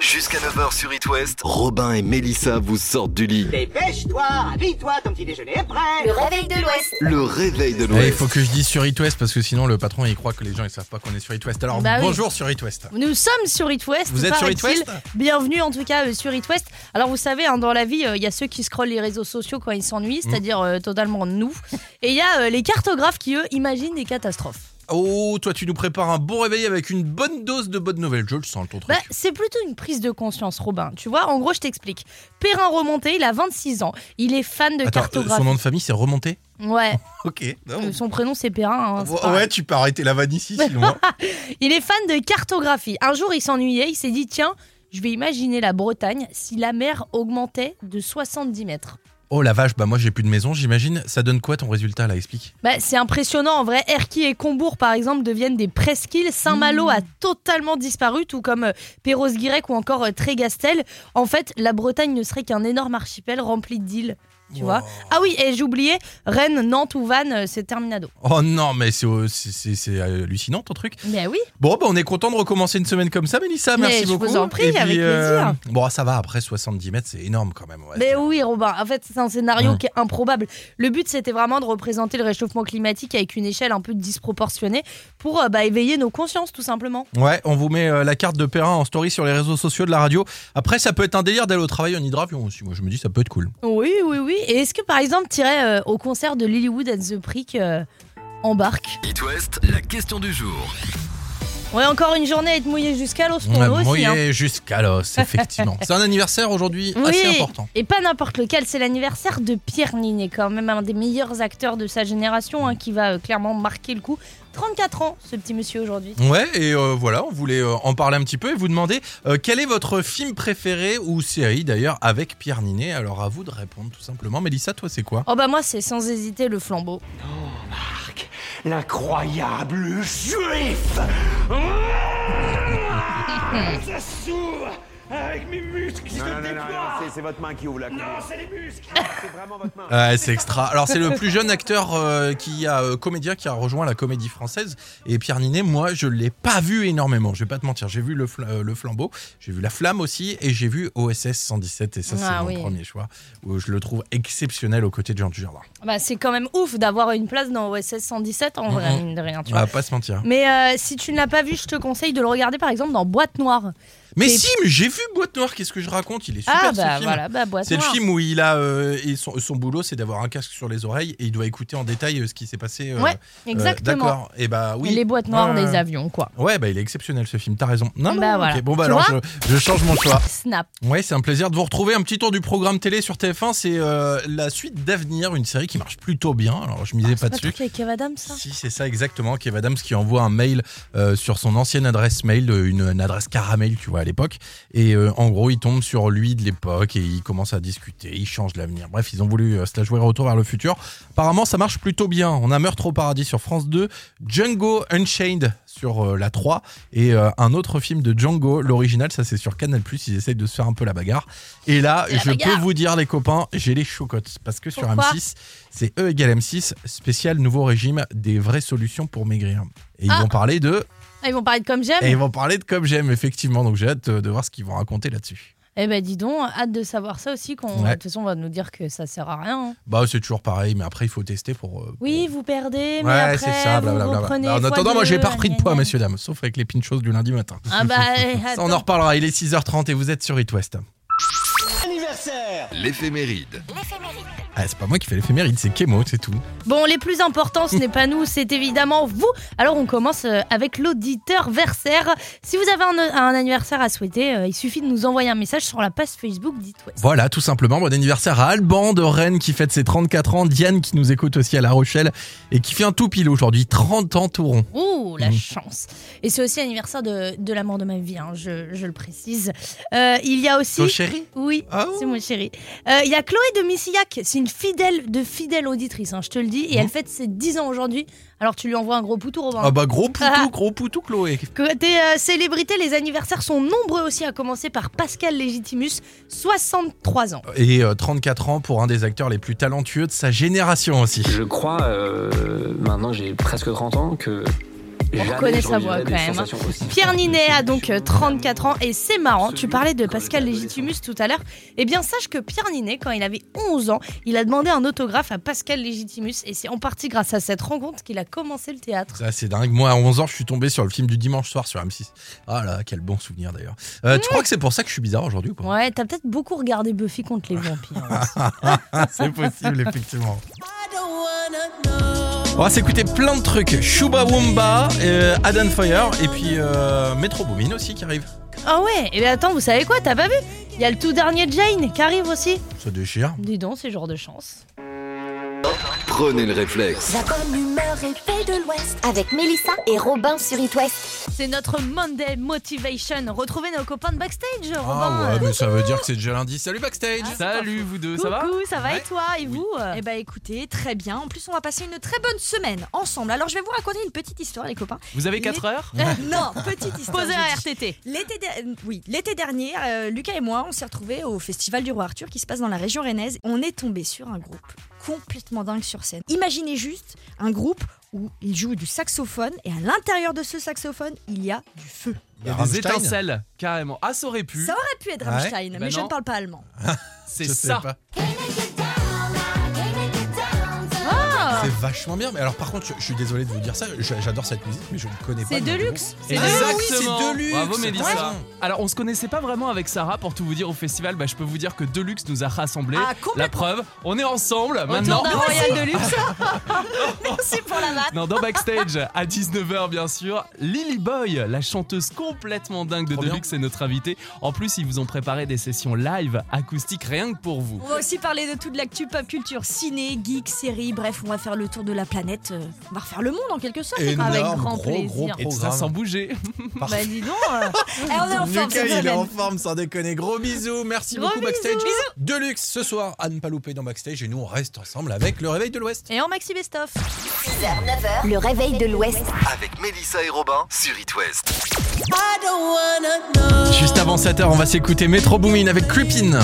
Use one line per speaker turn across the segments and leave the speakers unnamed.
Jusqu'à 9h sur It West, Robin et Mélissa vous sortent du lit.
Dépêche-toi, habille-toi, ton petit déjeuner est prêt.
Le réveil de l'Ouest.
Le réveil de
Eh, Il
l'Ouest.
faut que je dise sur It West parce que sinon le patron il croit que les gens ils savent pas qu'on est sur It West. Alors
Bah oui.
bonjour sur It West.
Nous sommes sur It West.
Vous êtes sur It
paraît-il.
West
Bienvenue en tout cas euh, sur It West. Alors vous savez, hein, dans la vie, euh, il y a ceux qui scrollent les réseaux sociaux quand ils s'ennuient,
Mhm.
c'est-à-dire euh, totalement nous. Et il y a euh, les cartographes qui, eux, imaginent des catastrophes.
Oh, toi tu nous prépares un bon réveil avec une bonne dose de bonnes nouvelles. Je le sens ton truc.
Bah, c'est plutôt une prise de conscience, Robin. Tu vois, en gros, je t'explique. Perrin Remonté, il a 26 ans. Il est fan de
Attends, euh,
cartographie.
son nom de famille c'est remonté
Ouais,
Ok. Non.
euh, son prénom, c'est Perrin. hein, c'est pas-
Oh, ouais, tu peux arrêter la vanne ici sinon. hein.
Il est fan de cartographie. Un jour, il s'ennuyait, il s'est dit tiens, je vais imaginer la Bretagne si la mer augmentait de 70 mètres.
oh la vache, bah moi j'ai plus de maison, j'imagine. Ça donne quoi ton résultat là Explique.
Bah, c'est impressionnant en vrai. Erquy et Combourg, par exemple, deviennent des presqu'îles. Saint-Malo a totalement disparu, tout comme euh, Perros-Guirec ou encore euh, Trégastel. En fait, la Bretagne ne serait qu'un énorme archipel rempli d'îles. Tu
Wow.
vois Ah oui, et j'oubliais, Rennes, Nantes ou Vannes, euh, c'est terminado.
Oh non, mais c'est euh, c'est- c'est c'est hallucinant ton truc.
Mais oui,
Bon, bah, on est content de recommencer une semaine comme ça, Mélissa.
Mais
Merci
je vous
beaucoup.
en prie,
Et puis, euh,
avec plaisir.
Bon, ça va, après 70 mètres, c'est énorme quand même. ouais.
Mais oui, Robin, en fait, c'est un scénario
Ouais.
qui est improbable. Le but, c'était vraiment de représenter le réchauffement climatique avec une échelle un peu disproportionnée pour euh, bah, éveiller nos consciences, tout simplement.
Ouais, on vous met euh, la carte de Perrin en story sur les réseaux sociaux de la radio. Après, ça peut être un délire d'aller au travail en hydravion aussi. Moi, je me dis, ça peut être cool.
Oui, oui, oui. Et est-ce que, par exemple, t'irais euh, au concert de Lilywood at the Prick euh, en barque
It West, la question du jour.
Ouais, encore une journée à être mouillé jusqu'à l'os pour
On a
nous aussi.
mouillé
hein.
jusqu'à l'os, effectivement. c'est un anniversaire aujourd'hui assez
Oui.
important.
Et pas n'importe lequel, c'est l'anniversaire de Pierre Ninet, quand même un des meilleurs acteurs de sa génération, hein, qui va euh, clairement marquer le coup. 34 ans, ce petit monsieur aujourd'hui.
Ouais, et euh, voilà, on voulait euh, en parler un petit peu et vous demander euh, quel est votre film préféré ou série d'ailleurs avec Pierre Ninet. Alors, à vous de répondre tout simplement. Mélissa, toi, c'est quoi
Oh bah moi, c'est sans hésiter le flambeau.
L'incroyable juif
Ça s'ouvre avec mes muscles qui se
Non, non, non, non,
déploient.
c'est- c'est votre main qui ouvre la
Non, c'est les muscles.
C'est vraiment votre main.
Ouais, c'est extra. Alors c'est le plus jeune acteur euh, qui a euh, comédien qui a rejoint la comédie française et Pierre Ninet moi je l'ai pas vu énormément, je vais pas te mentir, j'ai vu le, fla- euh, le flambeau, j'ai vu la flamme aussi et j'ai vu OSS 117 et ça c'est
Ah
mon
oui.
premier choix où je le trouve exceptionnel aux côtés de Jean Dujardin.
Bah, c'est quand même ouf d'avoir une place dans OSS 117 en vrai,
Mhm.
mine de rien, tu
On va
vois.
pas se mentir.
Mais euh, si tu ne l'as pas vu, je te conseille de le regarder par exemple dans Boîte Noire.
Mais
C'est-
si, mais j'ai vu Boîte Noire, qu'est-ce que je raconte, il est super
ah
ce
bah
film.
voilà, bah Boîte
C'est le
Noire.
film où il a euh, et son, son boulot c'est d'avoir un casque sur les oreilles et il doit écouter en détail euh, ce qui s'est passé. euh,
Ouais,
euh,
exactement.
D'accord. Et bah oui.
Les boîtes noires
Ouais, ouais,
des
ouais.
avions, quoi.
Ouais, bah il est exceptionnel ce film, t'as raison. Non, non,
Bah
ok.
voilà.
Bon, bah
Tu
alors je, je change mon choix.
Snap.
Ouais, c'est un plaisir de vous retrouver. Un petit tour du programme télé sur TF1, c'est euh, la suite d'Avenir, une série qui marche plutôt bien. Alors je misais
Ah, C'est
pas
le
dessus.
truc avec Kev Adams, ça
Si, c'est ça exactement. Kev Adams qui envoie un mail euh, sur son ancienne adresse mail, euh, une, une adresse caramel, tu vois, à l'époque. Et euh, en gros, il tombe sur lui de l'époque et il commence à discuter, il change l'avenir. Bref, ils ont voulu euh, se la jouer retour vers le futur. Apparemment, ça marche plutôt bien. On a Meurtre au paradis sur France 2, Django Unchained sur euh, la 3 et euh, un autre film de Django, l'original, ça c'est sur Canal+, ils essayent de se faire un peu la bagarre. Et là,
la
je
bagarre.
peux vous dire les copains, j'ai les chocottes parce que sur
Pourquoi
M6, c'est E égale M6, spécial nouveau régime des vraies solutions pour maigrir. Et ils
Ah.
vont parler de.
Ah, Ils vont parler de Comme J'aime.
Et
Eh
ils vont parler de comme j'aime, effectivement. Donc j'ai hâte euh, de voir ce qu'ils vont raconter là-dessus.
ben dis donc, hâte de savoir ça aussi.
Ouais.
qu'on- De toute façon, on va nous dire que ça sert à rien. hein.
Bah, c'est toujours pareil, mais après, il faut tester pour. euh,
Oui,
pour-
vous perdez, mais
Ouais,
après,
c'est ça,
vous
blablabla. Bah,
reprenez
En
fois
attendant, moi,
deux,
j'ai pas repris de poids,
gna gna.
messieurs, dames, sauf avec les pinchos du lundi matin.
Ah bah, eh,
Ça,
attends.
on en reparlera. Il est 6h30 et vous êtes sur It West.
Anniversaire.
L'éphéméride.
L'éphéméride.
Ah, c'est pas moi qui fais l'éphéméride, c'est Kemo, c'est tout.
Bon, les plus importants, ce n'est pas nous, c'est évidemment vous. Alors, on commence euh, avec l'auditeur versaire. Si vous avez un, un anniversaire à souhaiter, euh, il suffit de nous envoyer un message sur la page Facebook d'It West.
Voilà, tout simplement. Bon anniversaire à Alban de Rennes qui fête ses 34 ans, Diane qui nous écoute aussi à La Rochelle et qui fait un tout pile aujourd'hui, 30 ans tout rond.
Ouh, la
Mhm.
chance. Et c'est aussi l'anniversaire de, de l'amour de ma vie, hein, je, je le précise. Euh, il y a aussi...
Ton chéri
Oui,
Ah oui.
c'est mon chéri. Euh, Il y a Chloé de Missillac, c'est une fidèle de fidèle auditrice, hein, je te le dis,
Mmh.
et elle fête ses 10 ans aujourd'hui. Alors tu lui envoies un gros poutou, Robin.
Ah bah gros
Ah.
poutou, gros poutou Chloé.
Côté euh, célébrité, les anniversaires sont nombreux aussi, à commencer par Pascal Légitimus, 63 ans.
Et euh, 34 ans pour un des acteurs les plus talentueux de sa génération aussi.
Je crois, euh, maintenant j'ai presque 30 ans, que
On reconnaît sa voix quand même. hein. Pierre Ninet a donc euh, 34 ans et c'est marrant. Tu parlais de Pascal Légitimus tout à l'heure. Eh bien, sache que Pierre Ninet, quand il avait 11 ans, il a demandé un autographe à Pascal Légitimus et c'est en partie grâce à cette rencontre qu'il a commencé le théâtre.
Ça, c'est dingue. Moi, à 11h, je suis tombé sur le film du dimanche soir sur M6. Ah là, quel bon souvenir d'ailleurs. Euh, Tu crois que c'est pour ça que je suis bizarre aujourd'hui ou quoi
Ouais, t'as peut-être beaucoup regardé Buffy contre les vampires.
C'est possible, effectivement. On va s'écouter plein de trucs. Shuba Wumba, euh, Adam Fire et puis euh, Metro Boomin aussi qui arrive.
Ah ouais, et bien attends, vous savez quoi, t'as pas vu Il y a le tout dernier Jane qui arrive aussi.
Ça déchire.
Dis donc, c'est genre de chance.
Prenez le réflexe.
La bonne humeur et paix de l'Ouest avec Mélissa et Robin sur It West.
C'est notre Monday Motivation. Retrouvez nos copains de backstage, Robin.
Ah ouais, mais ça veut dire que c'est déjà lundi. Salut backstage.
Salut vous deux, ça va
Coucou, ça va et toi Et vous
Eh bah écoutez, très bien. En plus, on va passer une très bonne semaine ensemble. Alors, je vais vous raconter une petite histoire, les copains.
Vous avez
Les- Euh,
4 heures
non, petite histoire.
Posez
je
un
dis.
RTT.
L'été der- oui, l'été dernier, euh, Lucas et moi, on s'est retrouvés au Festival du Roi Arthur qui se passe dans la région rennaise. On est tombé sur un groupe complètement dingue sur scène. Imaginez juste un groupe où ils jouent du saxophone et à l'intérieur de ce saxophone, il y a du feu.
Il y a des
Rammstein.
étincelles, carrément. Ah, ça aurait pu.
Ça aurait pu être
Ouais.
Rammstein,
Bah
mais je
non.
ne parle pas allemand.
C'est
Je sais
ça.
pas. C'est vachement bien. Mais alors, par contre, je, je suis désolé de vous dire ça. je- J'adore cette musique, mais je ne connais pas.
C'est
le
de
nom du
luxe.
groupe.
C'est
Ah
de
oui,
Exactement.
c'est de luxe.
Bravo, Mélissa.
Bravo.
Alors, on se connaissait pas vraiment avec Sarah pour tout vous dire au festival. Bah, je peux vous dire que Deluxe nous a rassemblés.
Ah,
La
complètement.
preuve, on est ensemble
Autour
maintenant.
d'un Royal de luxe.
Merci pour la vanne.
Non, dans backstage à 19h bien sûr, Lily Boy, la chanteuse complètement dingue de
Trop
Deluxe est notre invitée. En plus, ils vous ont préparé des sessions live acoustiques rien que pour vous.
On va aussi parler de toute l'actu pop culture, ciné, geek, série, bref, on va faire le tour de la planète, euh, on va refaire le monde en quelque sorte. les gars.
Énorme,
Avec grand
gros, gros
plaisir.
Et tout ça sans
programme.
bouger.
Parfait.
Bah dis donc.
Eh, on est en forme,
Lucas,
c'est
il est
vrai,
en
Ben.
forme sans déconner. Gros bisous. Merci
Gros
beaucoup, backstage. Deluxe ce soir à ne pas louper dans backstage. Et nous, on reste ensemble avec le réveil de l'Ouest.
Et en maxi best-of.
Le réveil de l'Ouest.
Avec Mélissa et Robin sur It West.
Juste avant 7h, on va s'écouter Metro Boomin avec Creepin.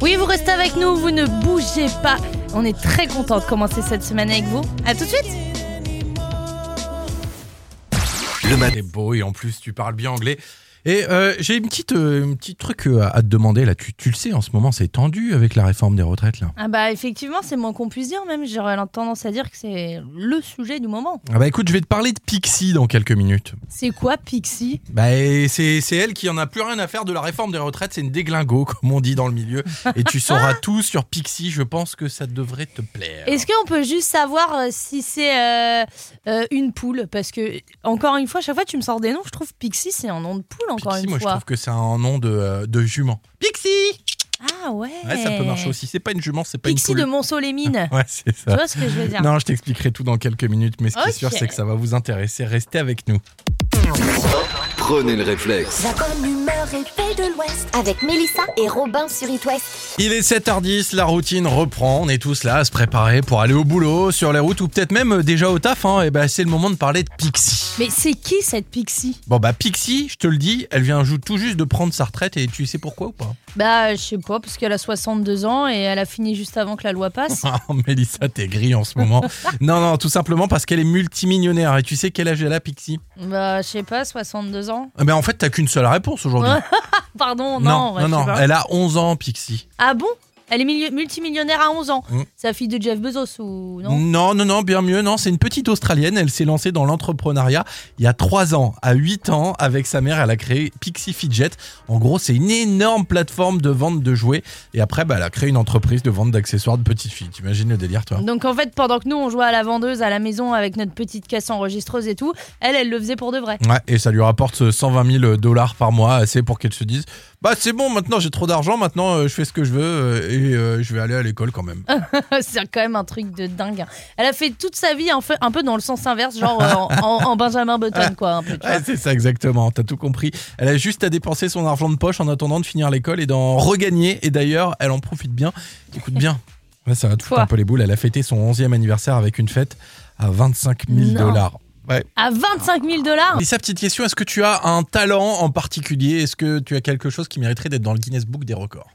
Oui, vous restez avec nous, vous ne bougez pas. On est très content de commencer cette semaine avec vous. À tout de suite.
Le matin.
T'es beau et en plus, tu parles bien anglais. Et euh, j'ai une petite, euh, un petit truc euh, à te demander là. Tu, tu le sais, en ce moment, c'est tendu avec la réforme des retraites là.
Ah bah effectivement, c'est moins qu'on puisse dire même. J'aurais tendance à dire que c'est le sujet du moment.
Ah bah écoute, je vais te parler de Pixie dans quelques minutes.
C'est quoi Pixie
Bah, et c'est c'est elle qui en a plus rien à faire de la réforme des retraites, c'est une déglingo, comme on dit dans le milieu. Et tu sauras tout sur Pixie, je pense que ça devrait te plaire.
Est-ce qu'on peut juste savoir euh, si c'est euh, euh, une poule Parce que, encore une fois, chaque fois tu me sors des noms, je trouve Pixie c'est un nom de poule, encore
Pixie,
une
moi je
fois.
trouve que c'est un nom de, euh, de jument. Pixie
Ah ouais.
Ouais, ça peut marcher aussi. C'est pas une jument, c'est pas
Pixie
une
de
poule.
Monceau-les-Mines.
Ouais, c'est
tu
ça.
vois ce que je veux dire
Non, je t'expliquerai tout dans quelques minutes, mais ce qui est
Ok.
sûr, c'est que ça va vous intéresser. Restez avec nous.
Prenez le réflexe.
La bonne humeur et paix de l'Ouest avec Mélissa et Robin sur It West.
Il est 7h10, la routine reprend, on est tous là à se préparer pour aller au boulot, sur les routes ou peut-être même euh, déjà au taf. Hein, et ben c'est le moment de parler de Pixie.
Mais c'est qui cette Pixie
Bon bah Pixie, je te le dis, elle vient ju- tout juste de prendre sa retraite et tu sais pourquoi ou pas
Bah, je sais pas, parce qu'elle a 62 ans et elle a fini juste avant que la loi passe.
Ah, Mélissa, t'es gris en ce moment. non, non, tout simplement parce qu'elle est multimillionnaire et tu sais quel âge elle a Pixie
bah, je sais pas, 62 ans.
Eh ben en fait, t'as qu'une seule réponse aujourd'hui.
Ouais,
non,
Pardon, non,
non,
ouais, je sais
non,
pas.
elle a 11 ans Pixie.
Ah bon Elle est milli- multimillionnaire à 11 ans.
Mm.
C'est la fille de Jeff Bezos ou non
non, non, non, bien mieux, non, c'est une petite Australienne, elle s'est lancée dans l'entrepreneuriat il y a 3 ans, à 8 ans, avec sa mère, elle a créé Pixie Fidget. En gros, c'est une énorme plateforme de vente de jouets et après, bah, elle a créé une entreprise de vente d'accessoires de petites filles. T'imagines le délire, toi
Donc en fait, pendant que nous on jouait à la vendeuse à la maison avec notre petite caisse enregistreuse et tout, elle, elle le faisait pour de vrai.
Ouais, et ça lui rapporte euh, 120 000 dollars par mois, assez pour qu'elle se dise Bah, c'est bon, maintenant j'ai trop d'argent, maintenant euh, je fais ce que je veux euh, et euh, je vais aller à l'école quand même.
C'est quand même un truc de dingue. hein. Elle a fait toute sa vie un peu, un peu dans le sens inverse, genre euh, en, en- en Benjamin Button, quoi. Un peu, tu vois.
Ouais, c'est ça, exactement, t'as tout compris. Elle a juste à dépenser son argent de poche en attendant de finir l'école et d'en regagner. Et d'ailleurs, elle en profite bien. Écoute bien, Ouais, ça va tout
Quoi
un peu les boules. Elle a fêté son 11e anniversaire avec une fête à 25 000
Non.
dollars. Ouais.
À 25 000 dollars
Et sa petite question, est-ce que tu as un talent en particulier Est-ce que tu as quelque chose qui mériterait d'être dans le Guinness Book des records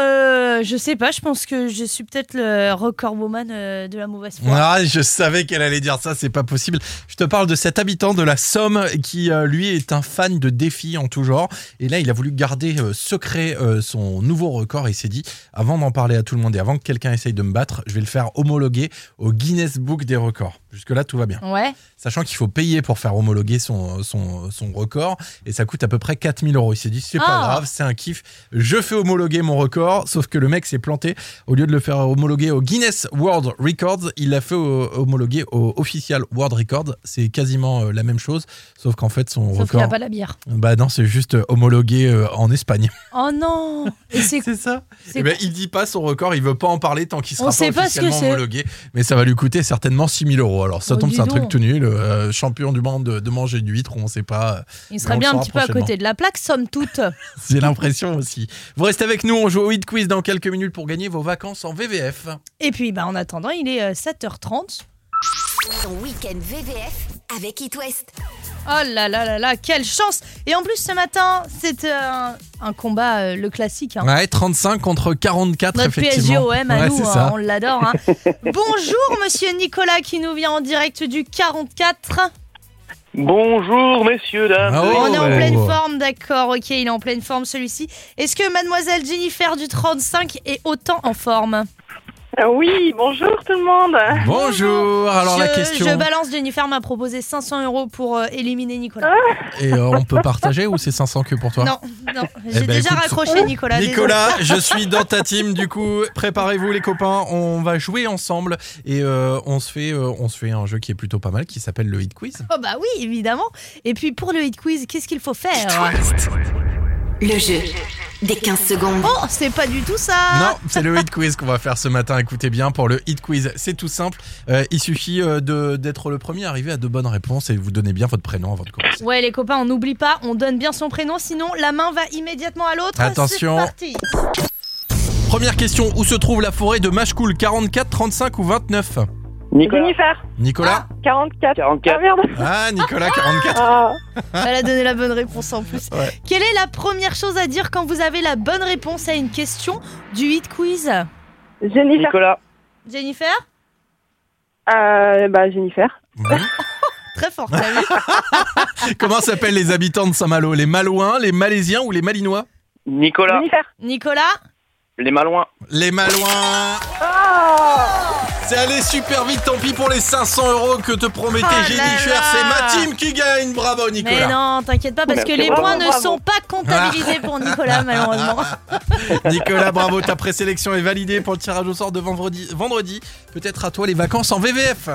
Euh, je sais pas, je pense que je suis peut-être le record woman euh, de la mauvaise foi.
Ah, je savais qu'elle allait dire ça, c'est pas possible. Je te parle de cet habitant de la Somme qui, euh, lui, est un fan de défis en tout genre. Et là, il a voulu garder euh, secret euh, son nouveau record et s'est dit, avant d'en parler à tout le monde et avant que quelqu'un essaye de me battre, je vais le faire homologuer au Guinness Book des records. Jusque-là, tout va bien.
Ouais.
Sachant qu'il faut payer pour faire homologuer son, son, son record et ça coûte à peu près 4000 euros. Il s'est dit, c'est pas
Ah.
grave, c'est un kiff. Je fais homologuer mon record, sauf que le mec s'est planté. Au lieu de le faire homologuer au Guinness World Records, il l'a fait au- homologuer au Official World Records. C'est quasiment euh, la même chose, sauf qu'en fait, son
Sauf qu'il
record.
a pas la bière.
Bah non, c'est juste euh, homologué euh, en Espagne.
Oh non Et c'est
C'est ça
c'est-
eh ben, Il dit pas son record, il veut pas en parler tant qu'il
On
sera
sait
pas,
pas ce que
officiellement
c'est.
homologué. Mais ça va lui coûter certainement 6000 euros. Alors ça
Oh,
tombe,
dis
c'est un
donc.
truc tout nul. euh, champion du monde de, de manger d'huîtres, on sait pas.
Il
on
serait
le
bien un
saura
petit peu à côté de la plaque, somme toute.
J'ai l'impression aussi. Vous restez avec nous, on joue au hit quiz dans quelques minutes pour gagner vos vacances en VVF.
Et puis, bah, en attendant, il est euh, 7h30.
Ton week-end VVF avec It West.
Oh là là là là, quelle chance Et en plus, ce matin, c'est un, un combat, euh, le classique. hein.
Ouais, 35 contre 44,
Notre
effectivement.
PSGOM à
ouais,
nous,
c'est
hein,
ça.
on l'adore. hein. Bonjour, monsieur Nicolas, qui nous vient en direct du 44.
Bonjour, messieurs, dames.
Ah, oh,
on est en
ouais.
pleine forme, d'accord, ok, il est en pleine forme celui-ci. Est-ce que mademoiselle Jennifer du 35 est autant en forme
Ah Oui, bonjour tout le monde.
Bonjour, alors
je,
la question.
Je balance, Jennifer m'a proposé 500 euros pour euh, éliminer Nicolas.
Et euh, on peut partager ou c'est 500 que pour toi
non, non, j'ai
ben,
déjà
écoute,
raccroché Nicolas. désolé.
Nicolas, je suis dans ta team du coup. Préparez-vous les copains, on va jouer ensemble et euh, on se fait euh, on se fait un jeu qui est plutôt pas mal qui s'appelle le hit quiz.
Oh bah oui, évidemment. Et puis pour le hit quiz, qu'est-ce qu'il faut faire
Le jeu des 15 secondes.
Oh, c'est pas du tout ça.
Non, c'est le hit quiz qu'on va faire ce matin. Écoutez bien, pour le hit quiz, c'est tout simple. Euh, il suffit euh, de d'être le premier arrivé à de bonnes réponses et vous donnez bien votre prénom avant de commencer.
Ouais les copains, on n'oublie pas, on donne bien son prénom, sinon la main va immédiatement à l'autre.
Attention.
C'est parti.
Première question, où se trouve la forêt de Mashkoul 44, 35 ou 29
Nicolas,
Jennifer,
Nicolas
44. Ah
44.
merde.
Ah, Nicolas 44.
Ah,
Elle a donné la bonne réponse en plus.
Ouais.
Quelle est la première chose à dire quand vous avez la bonne réponse à une question du hit quiz
Jennifer.
Nicolas,
Jennifer
Euh, bah, Jennifer.
Oui.
Très fort, t'as vu
Comment s'appellent les habitants de Saint-Malo Les Malouins, les Malaisiens ou les Malinois
Nicolas,
Jennifer.
Nicolas
les Malouins.
Les Malouins
Ah
C'est allé super vite, tant pis pour les 500 euros que te promettait
Oh
Jennifer.
là là.
C'est ma team qui gagne, bravo Nicolas.
Mais non, t'inquiète pas parce
Merci,
que les
bravo,
points ne
bravo.
sont pas comptabilisés pour Nicolas malheureusement.
Nicolas, bravo, ta présélection est validée pour le tirage au sort de vendredi. vendredi. Peut-être à toi les vacances en VVF.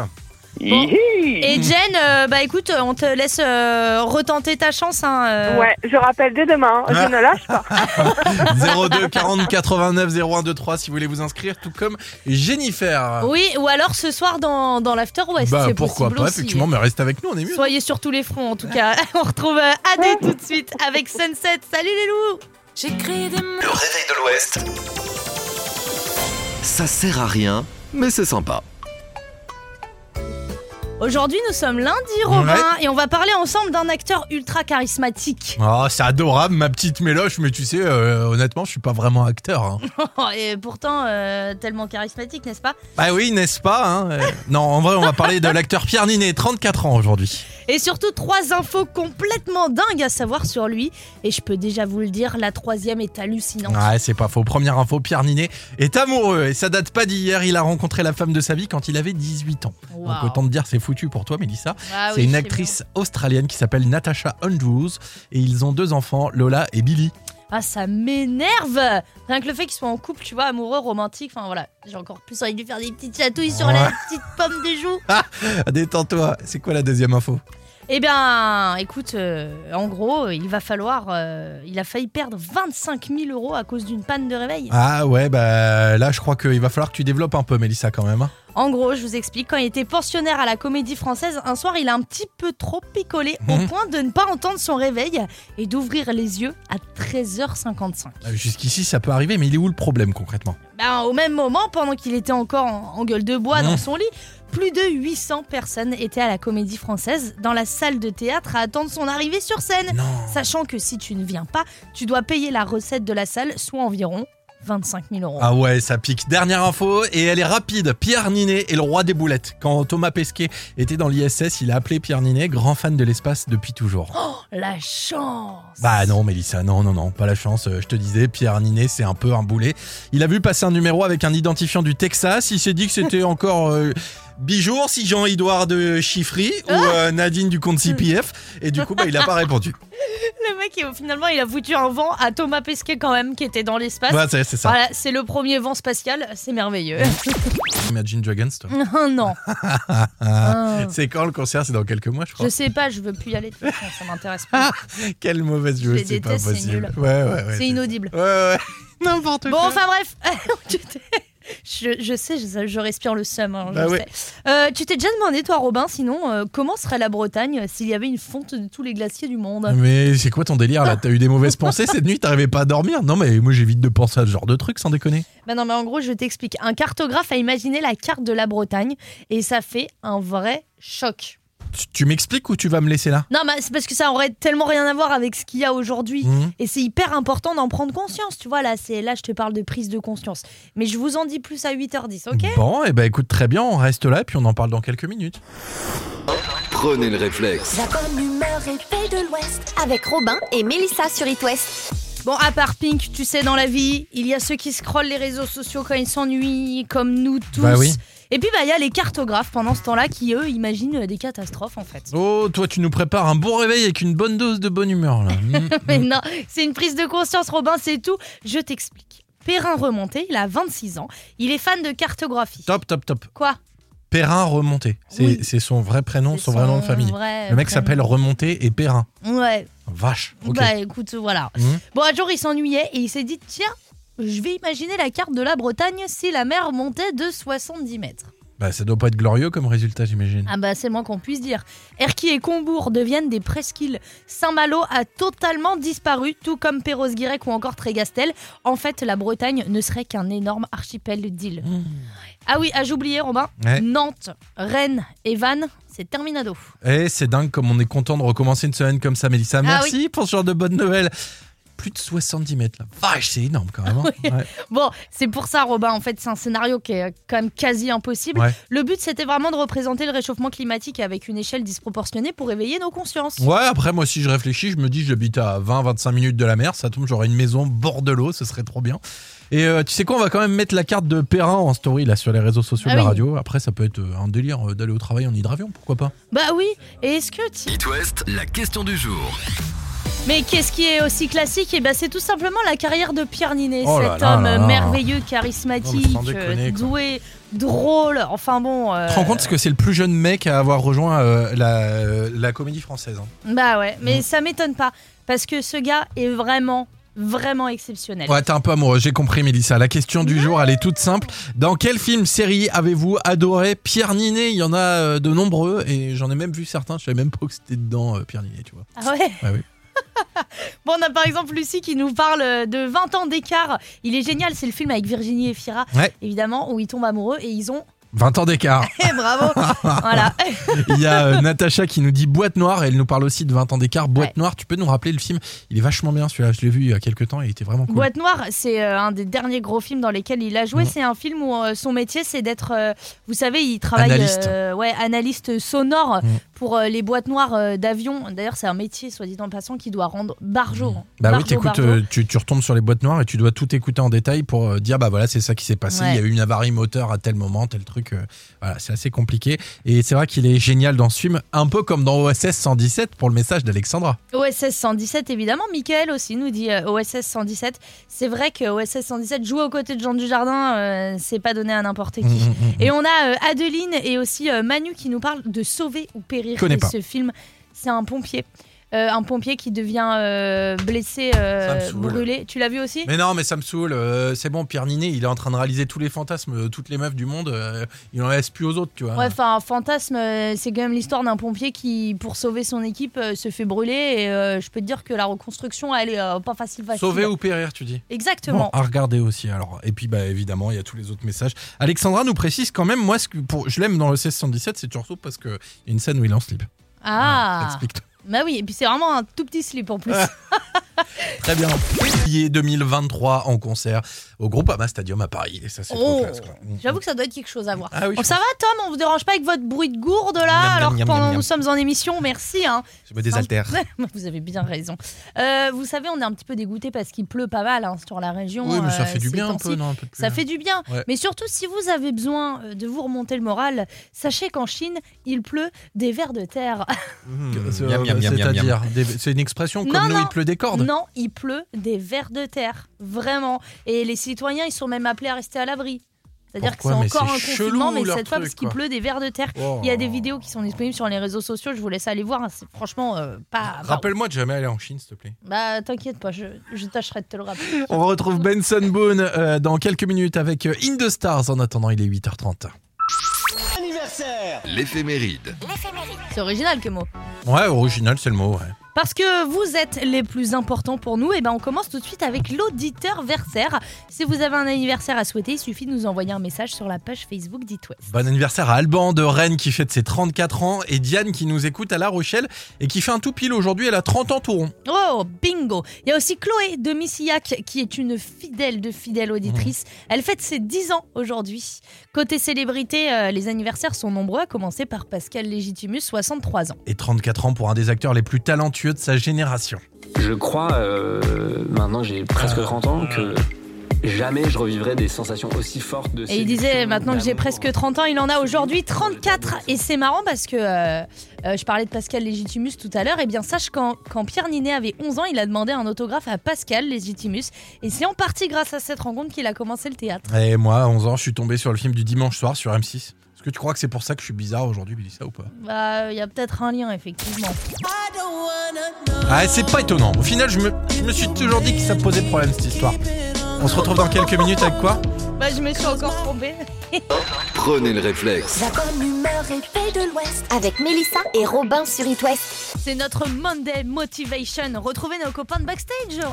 Hihi.
Et Jen, euh, bah écoute, euh, on te laisse euh, retenter ta chance. hein, euh.
Ouais, je rappelle dès demain. hein.
Ah.
Je ne lâche pas.
02 40 89 01 23 si vous voulez vous inscrire, tout comme Jennifer.
Oui, ou alors ce soir dans, dans l'After West.
Ah. bah
c'est
pourquoi
possible
pas,
aussi. hein.
effectivement, mais reste avec nous, on est mieux.
Soyez sur tous les fronts en tout cas. On retrouve euh, Adé tout de suite avec Sunset. Salut les loups
Le réveil de l'Ouest. Ça sert à rien, mais c'est sympa.
Aujourd'hui nous sommes lundi Robin
Ouais.
et on va parler ensemble d'un acteur ultra charismatique.
Oh, c'est adorable, ma petite méloche, mais tu sais, euh, honnêtement, je suis pas vraiment acteur. hein.
Oh, et pourtant euh, tellement charismatique, n'est-ce pas
Bah oui, n'est-ce pas hein Euh, Non, en vrai, on va parler de l'acteur Pierre Ninet, 34 ans aujourd'hui.
Et surtout trois infos complètement dingues à savoir sur lui. Et je peux déjà vous le dire, la troisième est hallucinante.
Ouais, c'est pas faux. Première info, Pierre Ninet est amoureux et ça date pas d'hier. Il a rencontré la femme de sa vie quand il avait 18 ans. Donc
Waouh.
autant te dire, c'est foutu pour toi, Mélissa.
Ah oui,
c'est une
sais
actrice australienne qui s'appelle Natasha Andrews et ils ont deux enfants, Lola et Billy.
bien. Ah ça m'énerve Rien que le fait qu'ils soient en couple, tu vois, amoureux, romantique, enfin voilà, j'ai encore plus envie de lui faire des petites chatouilles sur la
Ouais.
petite pomme de joue.
Détends-toi. C'est quoi la deuxième info
Eh bien, écoute, euh, en gros, il va falloir. euh, il a failli perdre 25 000 euros à cause d'une panne de réveil.
Ah ouais, bah là, je crois qu'il va falloir que tu développes un peu, Mélissa, quand même. hein.
En gros, je vous explique, quand il était pensionnaire à la Comédie Française, un soir, il a un petit peu trop picolé
Mhm.
au point de ne pas entendre son réveil et d'ouvrir les yeux à 13h55.
Euh, Jusqu'ici, ça peut arriver, mais il est où le problème concrètement
Ben, au même moment, pendant qu'il était encore en, en gueule de bois
Mhm.
dans son lit, plus de 800 personnes étaient à la Comédie Française, dans la salle de théâtre, à attendre son arrivée sur scène.
Non.
Sachant que si tu ne viens pas, tu dois payer la recette de la salle, soit environ 25 000 euros.
Ah ouais, ça pique. Dernière info, et elle est rapide. Pierre Ninet est le roi des boulettes. Quand Thomas Pesquet était dans l'ISS, il a appelé Pierre Ninet, grand fan de l'espace depuis toujours.
La chance
Bah non, Mélissa, non, non, non, pas la chance. Euh, Je te disais, Pierre Ninet, c'est un peu un boulet. Il a vu passer un numéro avec un identifiant du Texas. Il s'est dit que c'était encore euh, Bijour, si Jean-Édouard de Chiffry ou euh, Nadine du compte CPF. Et du coup, bah, il a pas répondu.
Le mec, il- finalement, il a foutu un vent à Thomas Pesquet quand même, qui était dans l'espace.
Ouais, c'est c'est ça. Mmh.
Voilà, c'est le premier vent spatial, c'est merveilleux.
Imagine Dragons, toi.
non, Ah.
C'est quand le concert C'est dans quelques mois, je crois.
je sais pas, je veux plus y aller, de toute façon, ça m'intéresse
Ah,
pas.
Quelle mauvaise
les
joueuse, c'est pas
déteste, c'est
possible.
nul.
Ouais, ouais, ouais.
c'est inaudible.
Ouais, ouais. N'importe
Bon, enfin bref, tu t'es- je, je sais, je, je respire le seum. hein, je
Bah
le
ouais.
sais. Euh, tu t'es déjà demandé, toi, Robin, sinon, euh, comment serait la Bretagne euh, s'il y avait une fonte de tous les glaciers du monde
Mais c'est quoi ton délire là T'as eu des mauvaises pensées cette nuit T'arrivais pas à dormir Non, mais moi j'évite de penser à ce genre de truc sans déconner.
Bah non, mais en gros, je t'explique. Un cartographe a imaginé la carte de la Bretagne et ça fait un vrai choc.
Tu, tu m'expliques ou tu vas me laisser là
Non, mais c'est parce que ça aurait tellement rien à voir avec ce qu'il y a aujourd'hui.
Hmm
Et c'est hyper important d'en prendre conscience, tu vois. Là, c'est là, je te parle de prise de conscience. Mais je vous en dis plus à 8h10, ok
Bon, et ben écoute, très bien, on reste là et puis on en parle dans quelques minutes.
Prenez le réflexe.
La bonne humeur et paix de l'Ouest avec Robin et Mélissa sur It West.
Bon, à part Pink, tu sais, dans la vie, il y a ceux qui scrollent les réseaux sociaux quand ils s'ennuient, comme nous tous.
Bah oui.
Et puis, bah, il y a les cartographes pendant ce temps-là qui, eux, imaginent euh, des catastrophes, en fait.
Oh, toi tu nous prépares un bon réveil avec une bonne dose de bonne humeur là. Mm,
Mais
mm.
non, c'est une prise de conscience, Robin, c'est tout. Je t'explique. Perrin Remonté, il a 26 ans. Il est fan de cartographie.
top, top, top.
Quoi
Perrin Remonté. C'est
Oui.
c'est son vrai prénom, son, vrai nom de famille.
vrai
Le mec
prénom.
s'appelle Remonté et Perrin.
Ouais,
Vache. Ok.
bah écoute, voilà.
Mhm.
Bon, un jour, il s'ennuyait et il s'est dit tiens, je vais imaginer la carte de la Bretagne si la mer montait de 70 mètres.
Bah ça doit pas être glorieux comme résultat, j'imagine.
Ah bah c'est le moins qu'on puisse dire. Erquy et Combourg deviennent des presqu'îles. Saint-Malo a totalement disparu, tout comme Perros-Guirec ou encore Trégastel. En fait, la Bretagne ne serait qu'un énorme archipel d'îles.
Mmh.
Ah oui, ah, j'ai oublié Robin,
Ouais.
Nantes, Rennes et Vannes, c'est terminado.
Eh, c'est dingue comme on est content de recommencer une semaine comme ça, Mélissa.
Ah
Merci pour ce genre de bonnes nouvelles. Plus de 70 mètres, là. Vache, c'est énorme quand même. hein. Ouais.
Bon, c'est pour ça Robin, en fait c'est un scénario qui est quand même quasi impossible.
Ouais.
Le but c'était vraiment de représenter le réchauffement climatique avec une échelle disproportionnée pour éveiller nos consciences.
Ouais, après, moi, si je réfléchis, je me dis, j'habite à 20-25 minutes de la mer. Ça tombe, j'aurais une maison bord de l'eau, ce serait trop bien. Et euh, tu sais quoi, on va quand même mettre la carte de Perrin en story, là, sur les réseaux sociaux
Ah
de la
oui.
radio. Après, ça peut être euh, un délire euh, d'aller au travail en hydravion, pourquoi pas
Bah oui, et est-ce que... tu-
It West, la question du jour.
Mais qu'est-ce qui est aussi classique Et ben c'est tout simplement la carrière de Pierre Ninet,
Oh là
cet
là
homme
là là.
merveilleux,
Non, mais
charismatique,
sans déconner,
euh,
quoi.
doué, drôle, enfin bon... euh,
Tu te rends compte que c'est le plus jeune mec à avoir rejoint euh, la, euh, la comédie française. hein.
Bah ouais, mais
Mm.
ça m'étonne pas, parce que ce gars est vraiment, vraiment exceptionnel.
Ouais, t'es un peu amoureux, j'ai compris, Mélissa. La question du jour, elle est toute simple. Dans quel film, série avez-vous adoré Pierre Ninet Il y en a euh, de nombreux et j'en ai même vu certains. Je savais même pas que c'était dedans, euh, Pierre Ninet, tu vois.
Ah ouais
Ouais, oui.
Bon, on a par exemple Lucie qui nous parle euh, de 20 ans d'écart. Il est génial, c'est le film avec Virginie et Fira,
Ouais.
évidemment, où ils tombent amoureux et ils ont...
20 ans d'écart.
Eh bravo Voilà.
Il y a euh, Natacha qui nous dit Boîte Noire. Elle nous parle aussi de 20 ans d'écart. Boîte
Ouais.
Noire, tu peux nous rappeler le film Il est vachement bien celui-là. Je l'ai vu il y a quelques temps et il était vraiment cool.
Boîte Noire, c'est euh, un des derniers gros films dans lesquels il a joué.
Mhm.
C'est un film où euh, son métier, c'est d'être, euh, vous savez, il travaille,
Analyste.
euh, ouais, analyste sonore
Mhm.
pour euh, les boîtes noires euh, d'avion. D'ailleurs, c'est un métier, soit dit en passant, qui doit rendre barjo. hein.
Bah oui,
Barjo,
t'écoutes,
barjo.
euh, tu, tu retombes sur les boîtes noires et tu dois tout écouter en détail pour euh, dire bah voilà c'est ça qui s'est passé.
Ouais.
Il y a eu une avarie moteur à tel moment, tel truc. euh, voilà, c'est assez compliqué et c'est vrai qu'il est génial dans ce film, un peu comme dans OSS 117 pour le message d'Alexandra.
OSS 117, évidemment. Michael aussi nous dit euh, OSS 117. C'est vrai que OSS 117, jouer aux côtés de Jean Dujardin, euh, c'est pas donné à n'importe qui.
Mm, mm, mm, mm.
Et on a euh, Adeline et aussi euh, Manu qui nous parlent de sauver ou périr.
Connais
Et
pas.
Ce film, c'est un pompier. Euh, un pompier qui devient euh, blessé, euh,
Ça me saoule.
brûlé. Tu l'as vu aussi
Mais non, mais ça me saoule. euh, c'est bon, Pierre Ninet, il est en train de réaliser tous les fantasmes, euh, toutes les meufs du monde. euh, il en laisse plus aux autres, tu vois.
Ouais, enfin, un fantasme, euh, c'est quand même l'histoire d'un pompier qui, pour sauver son équipe, euh, se fait brûler. Et euh, je peux te dire que la reconstruction, elle est euh, pas facile. facile.
Sauver ou périr, tu dis.
Exactement.
Bon, à regarder aussi alors. Et puis bah évidemment, il y a tous les autres messages. Alexandra nous précise quand même moi ce que pour je l'aime dans le 1617, c'est surtout parce que il y a une scène où il est en slip.
Ah
Explique-toi. Ah.
Bah oui, et puis c'est vraiment un tout petit slip en plus.
Très bien. Février 2023 en concert au Groupama Stadium à Paris. Et ça, c'est trop
Oh.
classe. quoi. Mm,
J'avoue que ça doit être quelque chose à voir.
Ah oui, je
Bon, ça va, Tom On vous dérange pas avec votre bruit de gourde là
Miam, miam,
Alors que
miam,
pendant
miam,
nous
miam.
sommes en émission, merci. hein.
Je me désaltère.
vous avez bien raison. Euh, vous savez, on est un petit peu dégoûté parce qu'il pleut pas mal hein, sur la région.
Oui, mais ça
euh,
fait du
ces
bien un
temps-ci.
peu, non un peu de
Ça
pluie.
fait du bien.
Ouais.
Mais surtout, si vous avez besoin euh, de vous remonter le moral, sachez qu'en Chine, il pleut des vers de terre.
Euh,
Mmh.
euh, C'est-à-dire, des- c'est une expression comme
Non,
l'eau,
non.
il pleut des cordes.
non, il pleut des vers de terre. Vraiment. Et les citoyens, ils sont même appelés à rester à l'abri. C'est-à-dire que c'est
Pourquoi Mais
encore un
c'est
confinement,
chelou,
mais
leur
cette fois,
truc,
parce qu'il
quoi.
pleut des vers de terre.
Oh.
Il y a des vidéos qui sont disponibles sur les réseaux sociaux, je vous laisse aller voir. hein, C'est franchement euh, pas.
Rappelle-moi de jamais aller en Chine, s'il te plaît.
Bah, t'inquiète pas, je, je tâcherai de te le rappeler.
On retrouve Ben Benson Boone euh, dans quelques minutes avec euh, In the Stars. En attendant, il est 8h30.
Anniversaire
l'éphéméride.
C'est original, que mot.
Ouais, original, c'est le mot. ouais.
Parce que vous êtes les plus importants pour nous, et ben on commence tout de suite avec l'auditeur versaire. Si vous avez un anniversaire à souhaiter, il suffit de nous envoyer un message sur la page Facebook d'It West.
Bon anniversaire à Alban de Rennes qui fête ses 34 ans et Diane qui nous écoute à La Rochelle et qui fait un tout pile aujourd'hui. Elle a 30 ans tout rond.
Oh, bingo Il y a aussi Chloé de Missillac, qui est une fidèle de fidèle auditrice. Elle fête ses 10 ans aujourd'hui. Côté célébrité, euh, les anniversaires sont nombreux, à commencer par Pascal Légitimus, 63 ans.
Et 34 ans pour un des acteurs les plus talentueux de sa génération.
Je crois, euh, maintenant j'ai presque
Euh,
30 ans, que jamais je revivrai des sensations aussi fortes de
Et il disait, maintenant que j'ai presque 30 ans, il en a aujourd'hui 34. Et c'est marrant parce que euh, euh, je parlais de Pascal Légitimus tout à l'heure. Et bien, sache qu'en- quand Pierre Ninet avait 11 ans, il a demandé un autographe à Pascal Légitimus. Et c'est en partie grâce à cette rencontre qu'il a commencé le théâtre.
Et moi, à 11 ans, je suis tombé sur le film du dimanche soir sur M6. Est-ce que tu crois que c'est pour ça que je suis bizarre aujourd'hui, Billy, ça ou pas
Bah, il y a peut-être un lien, effectivement.
Ah, c'est pas étonnant. Au final, je me, je me suis toujours dit que ça posait problème cette histoire. On se retrouve dans quelques minutes avec quoi
Bah, je me suis encore trompée.
Prenez le réflexe.
La bonne humeur et paix de l'Ouest avec Mélissa et Robin sur It West.
C'est notre Monday Motivation. Retrouvez nos copains de backstage, Robin.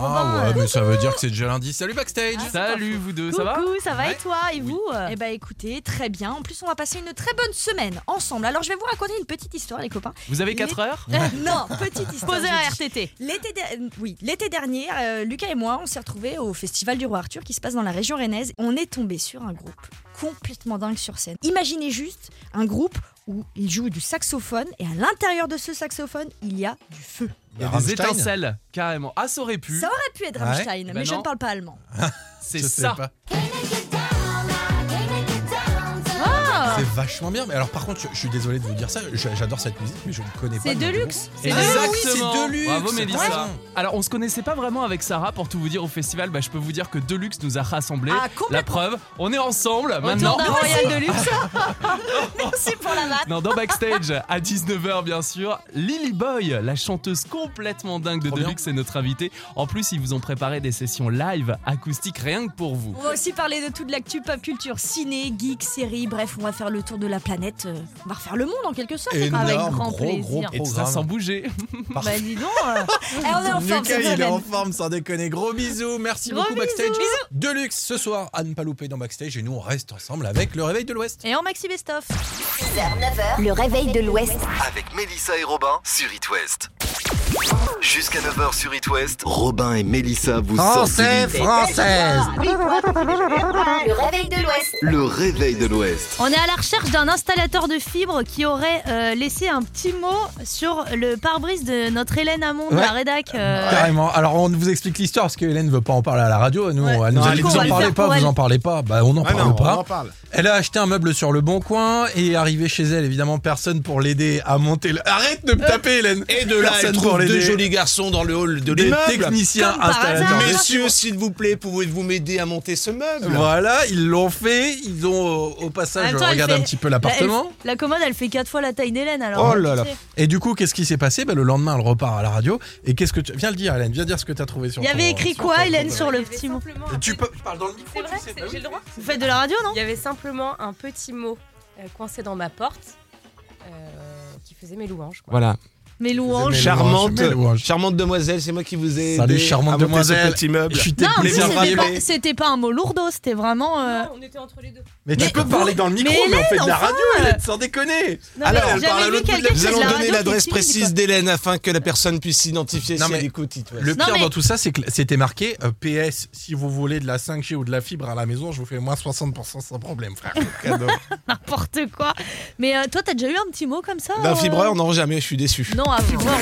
Ah ouais, mais ça veut dire que c'est déjà lundi. Salut backstage
Salut vous deux,
Coucou,
ça va
et
Ouais.
toi Et vous
Eh bah écoutez, très bien. En plus, on va passer une très bonne semaine ensemble. Alors, je vais vous raconter une petite histoire, les copains.
Vous avez
Les-
4 heures
non, petite histoire.
Posez
je
un
dis.
RTT.
L'été der- euh, oui, l'été dernier, euh, Lucas et moi, on s'est retrouvés au Festival du Roi Arthur qui se passe dans la région rennaise. On est tombé sur un groupe complètement dingue sur scène. Imaginez juste un groupe où ils jouent du saxophone et à l'intérieur de ce saxophone, il y a du feu.
Il y a des
Rammstein
étincelles, carrément. Ah, ça aurait pu.
Ça aurait pu être
Ouais.
Rammstein,
Bah
mais je
non.
ne parle pas allemand.
C'est
Je sais
ça.
pas.
Ah,
C'est vachement bien. Mais alors, par contre, je, je suis désolé de vous dire ça. je- J'adore cette musique, mais je ne connais pas.
c'est
le
de
nom du
luxe.
groupe.
C'est
Ah
de luxe.
oui, c'est
Exactement.
Deluxe.
Bravo Mélissa.
Raison.
Alors on se connaissait pas vraiment avec Sarah pour tout vous dire au festival, bah, je peux vous dire que Deluxe nous a rassemblés.
Ah,
la
complètement.
preuve, on est ensemble maintenant.
Autour d'un royal de luxe.
Merci pour la vanne.
Non, dans Backstage, à 19h bien sûr, Lily Boy, la chanteuse complètement dingue de
Trop
Deluxe, est notre invitée. En plus, ils vous ont préparé des sessions live acoustiques rien que pour vous.
On va aussi parler de toute l'actu pop culture, ciné, geek, série, bref, on va faire le tour de la planète, euh, on va refaire le monde en quelque sorte.
Énorme,
Avec grand
gros, gros
plaisir.
Et tout ça sans
programme.
bouger.
Bah, dis donc.
Eh, on est en forme
Lucas,
cette
il est en
semaine.
forme, sans déconner. Gros bisous, merci
Gros
beaucoup backstage. Deluxe ce soir à ne pas louper dans backstage et nous on reste ensemble avec le réveil de l'Ouest.
Et en maxi best-of.
9h, le réveil de l'Ouest.
Avec Mélissa et Robin sur It West. Jusqu'à 9h sur It West, Robin et Mélissa vous sensibilisent.
française.
Dis-toi, ton petit déjeuner est prêt.
Le réveil de l'Ouest.
Le réveil de l'Ouest.
On est à la recherche d'un installateur de fibres qui aurait euh, laissé un petit mot sur le pare-brise de notre Hélène Hamon de
Ouais.
la rédac. euh,
Carrément. Alors on vous explique l'histoire parce que Hélène ne veut pas en parler à la radio. Nous, elle nous
Non,
a dit
du
vous
coup, on va
en
le
parlez
faire
pas,
pour
vous
elle.
en parlez pas. Bah on n'en
Ouais,
parle
non,
pas.
on en parle.
Elle a acheté un meuble sur le bon coin et est arrivée chez elle, évidemment, personne pour l'aider à monter. le- Arrête
Euh.
de me taper, Hélène.
Et de là, elle
Personne
trouve
pour
deux
l'aider.
jolis garçons dans le hall de
Des
l'immeuble.
techniciens
Comme par
installateurs.
hasard.
de-
Messieurs, s'il vous plaît, pouvez-vous m'aider à monter ce meuble
Voilà, ils l'ont fait. Ils ont au, au passage
En même temps, elle
regardé un
fait-
petit peu
la- elle-
l'appartement.
La commode, elle fait quatre fois la taille d'Hélène. Alors,
Oh
tu
là là.
sais.
Et du coup, qu'est-ce qui s'est passé Ben, Le lendemain, elle repart à la radio. Et qu'est-ce que tu. Viens le dire, Hélène, viens dire ce que tu as trouvé sur
Il y
ton-
avait écrit
sur
quoi,
ton-
Hélène, sur le petit mot
Tu peux. Je parle dans le micro, tu sais, bah oui.
Vous faites de la radio, non
Il y avait simplement un petit mot euh, coincé dans ma porte euh, qui faisait mes louanges. quoi.
Voilà.
Mes louanges.
Charmante, charmante demoiselle, c'est moi qui vous ai
Salut,
aidé
charmante
à monter
demoiselle.
ce petit meuble.
Je suis
Non, mais
plaisir
c'était pas,
varié.
c'était pas un mot lourdeau, c'était vraiment. euh,
Mais tu peux parler dans le micro,
mais
mais, on fait de la
Hélène, enfin euh,
radio, Hélène, sans déconner
Non, mais Alors, j'ai jamais vu quelqu'un qui
Nous
faisait
allons
de la
donner
radio
l'adresse
qui utilise,
précise d'Hélène afin que la personne puisse s'identifier
Non,
si
mais
elle écoute. It West.
Le
Non,
pire
mais-
dans tout ça, c'est que c'était marqué euh, PS, si vous voulez de la 5G ou de la fibre à la maison, je vous fais moins 60% sans problème, frère. Cadeau.
N'importe quoi. Mais euh, toi, t'as déjà eu un petit mot comme ça
D'un
euh
fibreur, non, jamais, je suis déçu.
Non, un fibreur.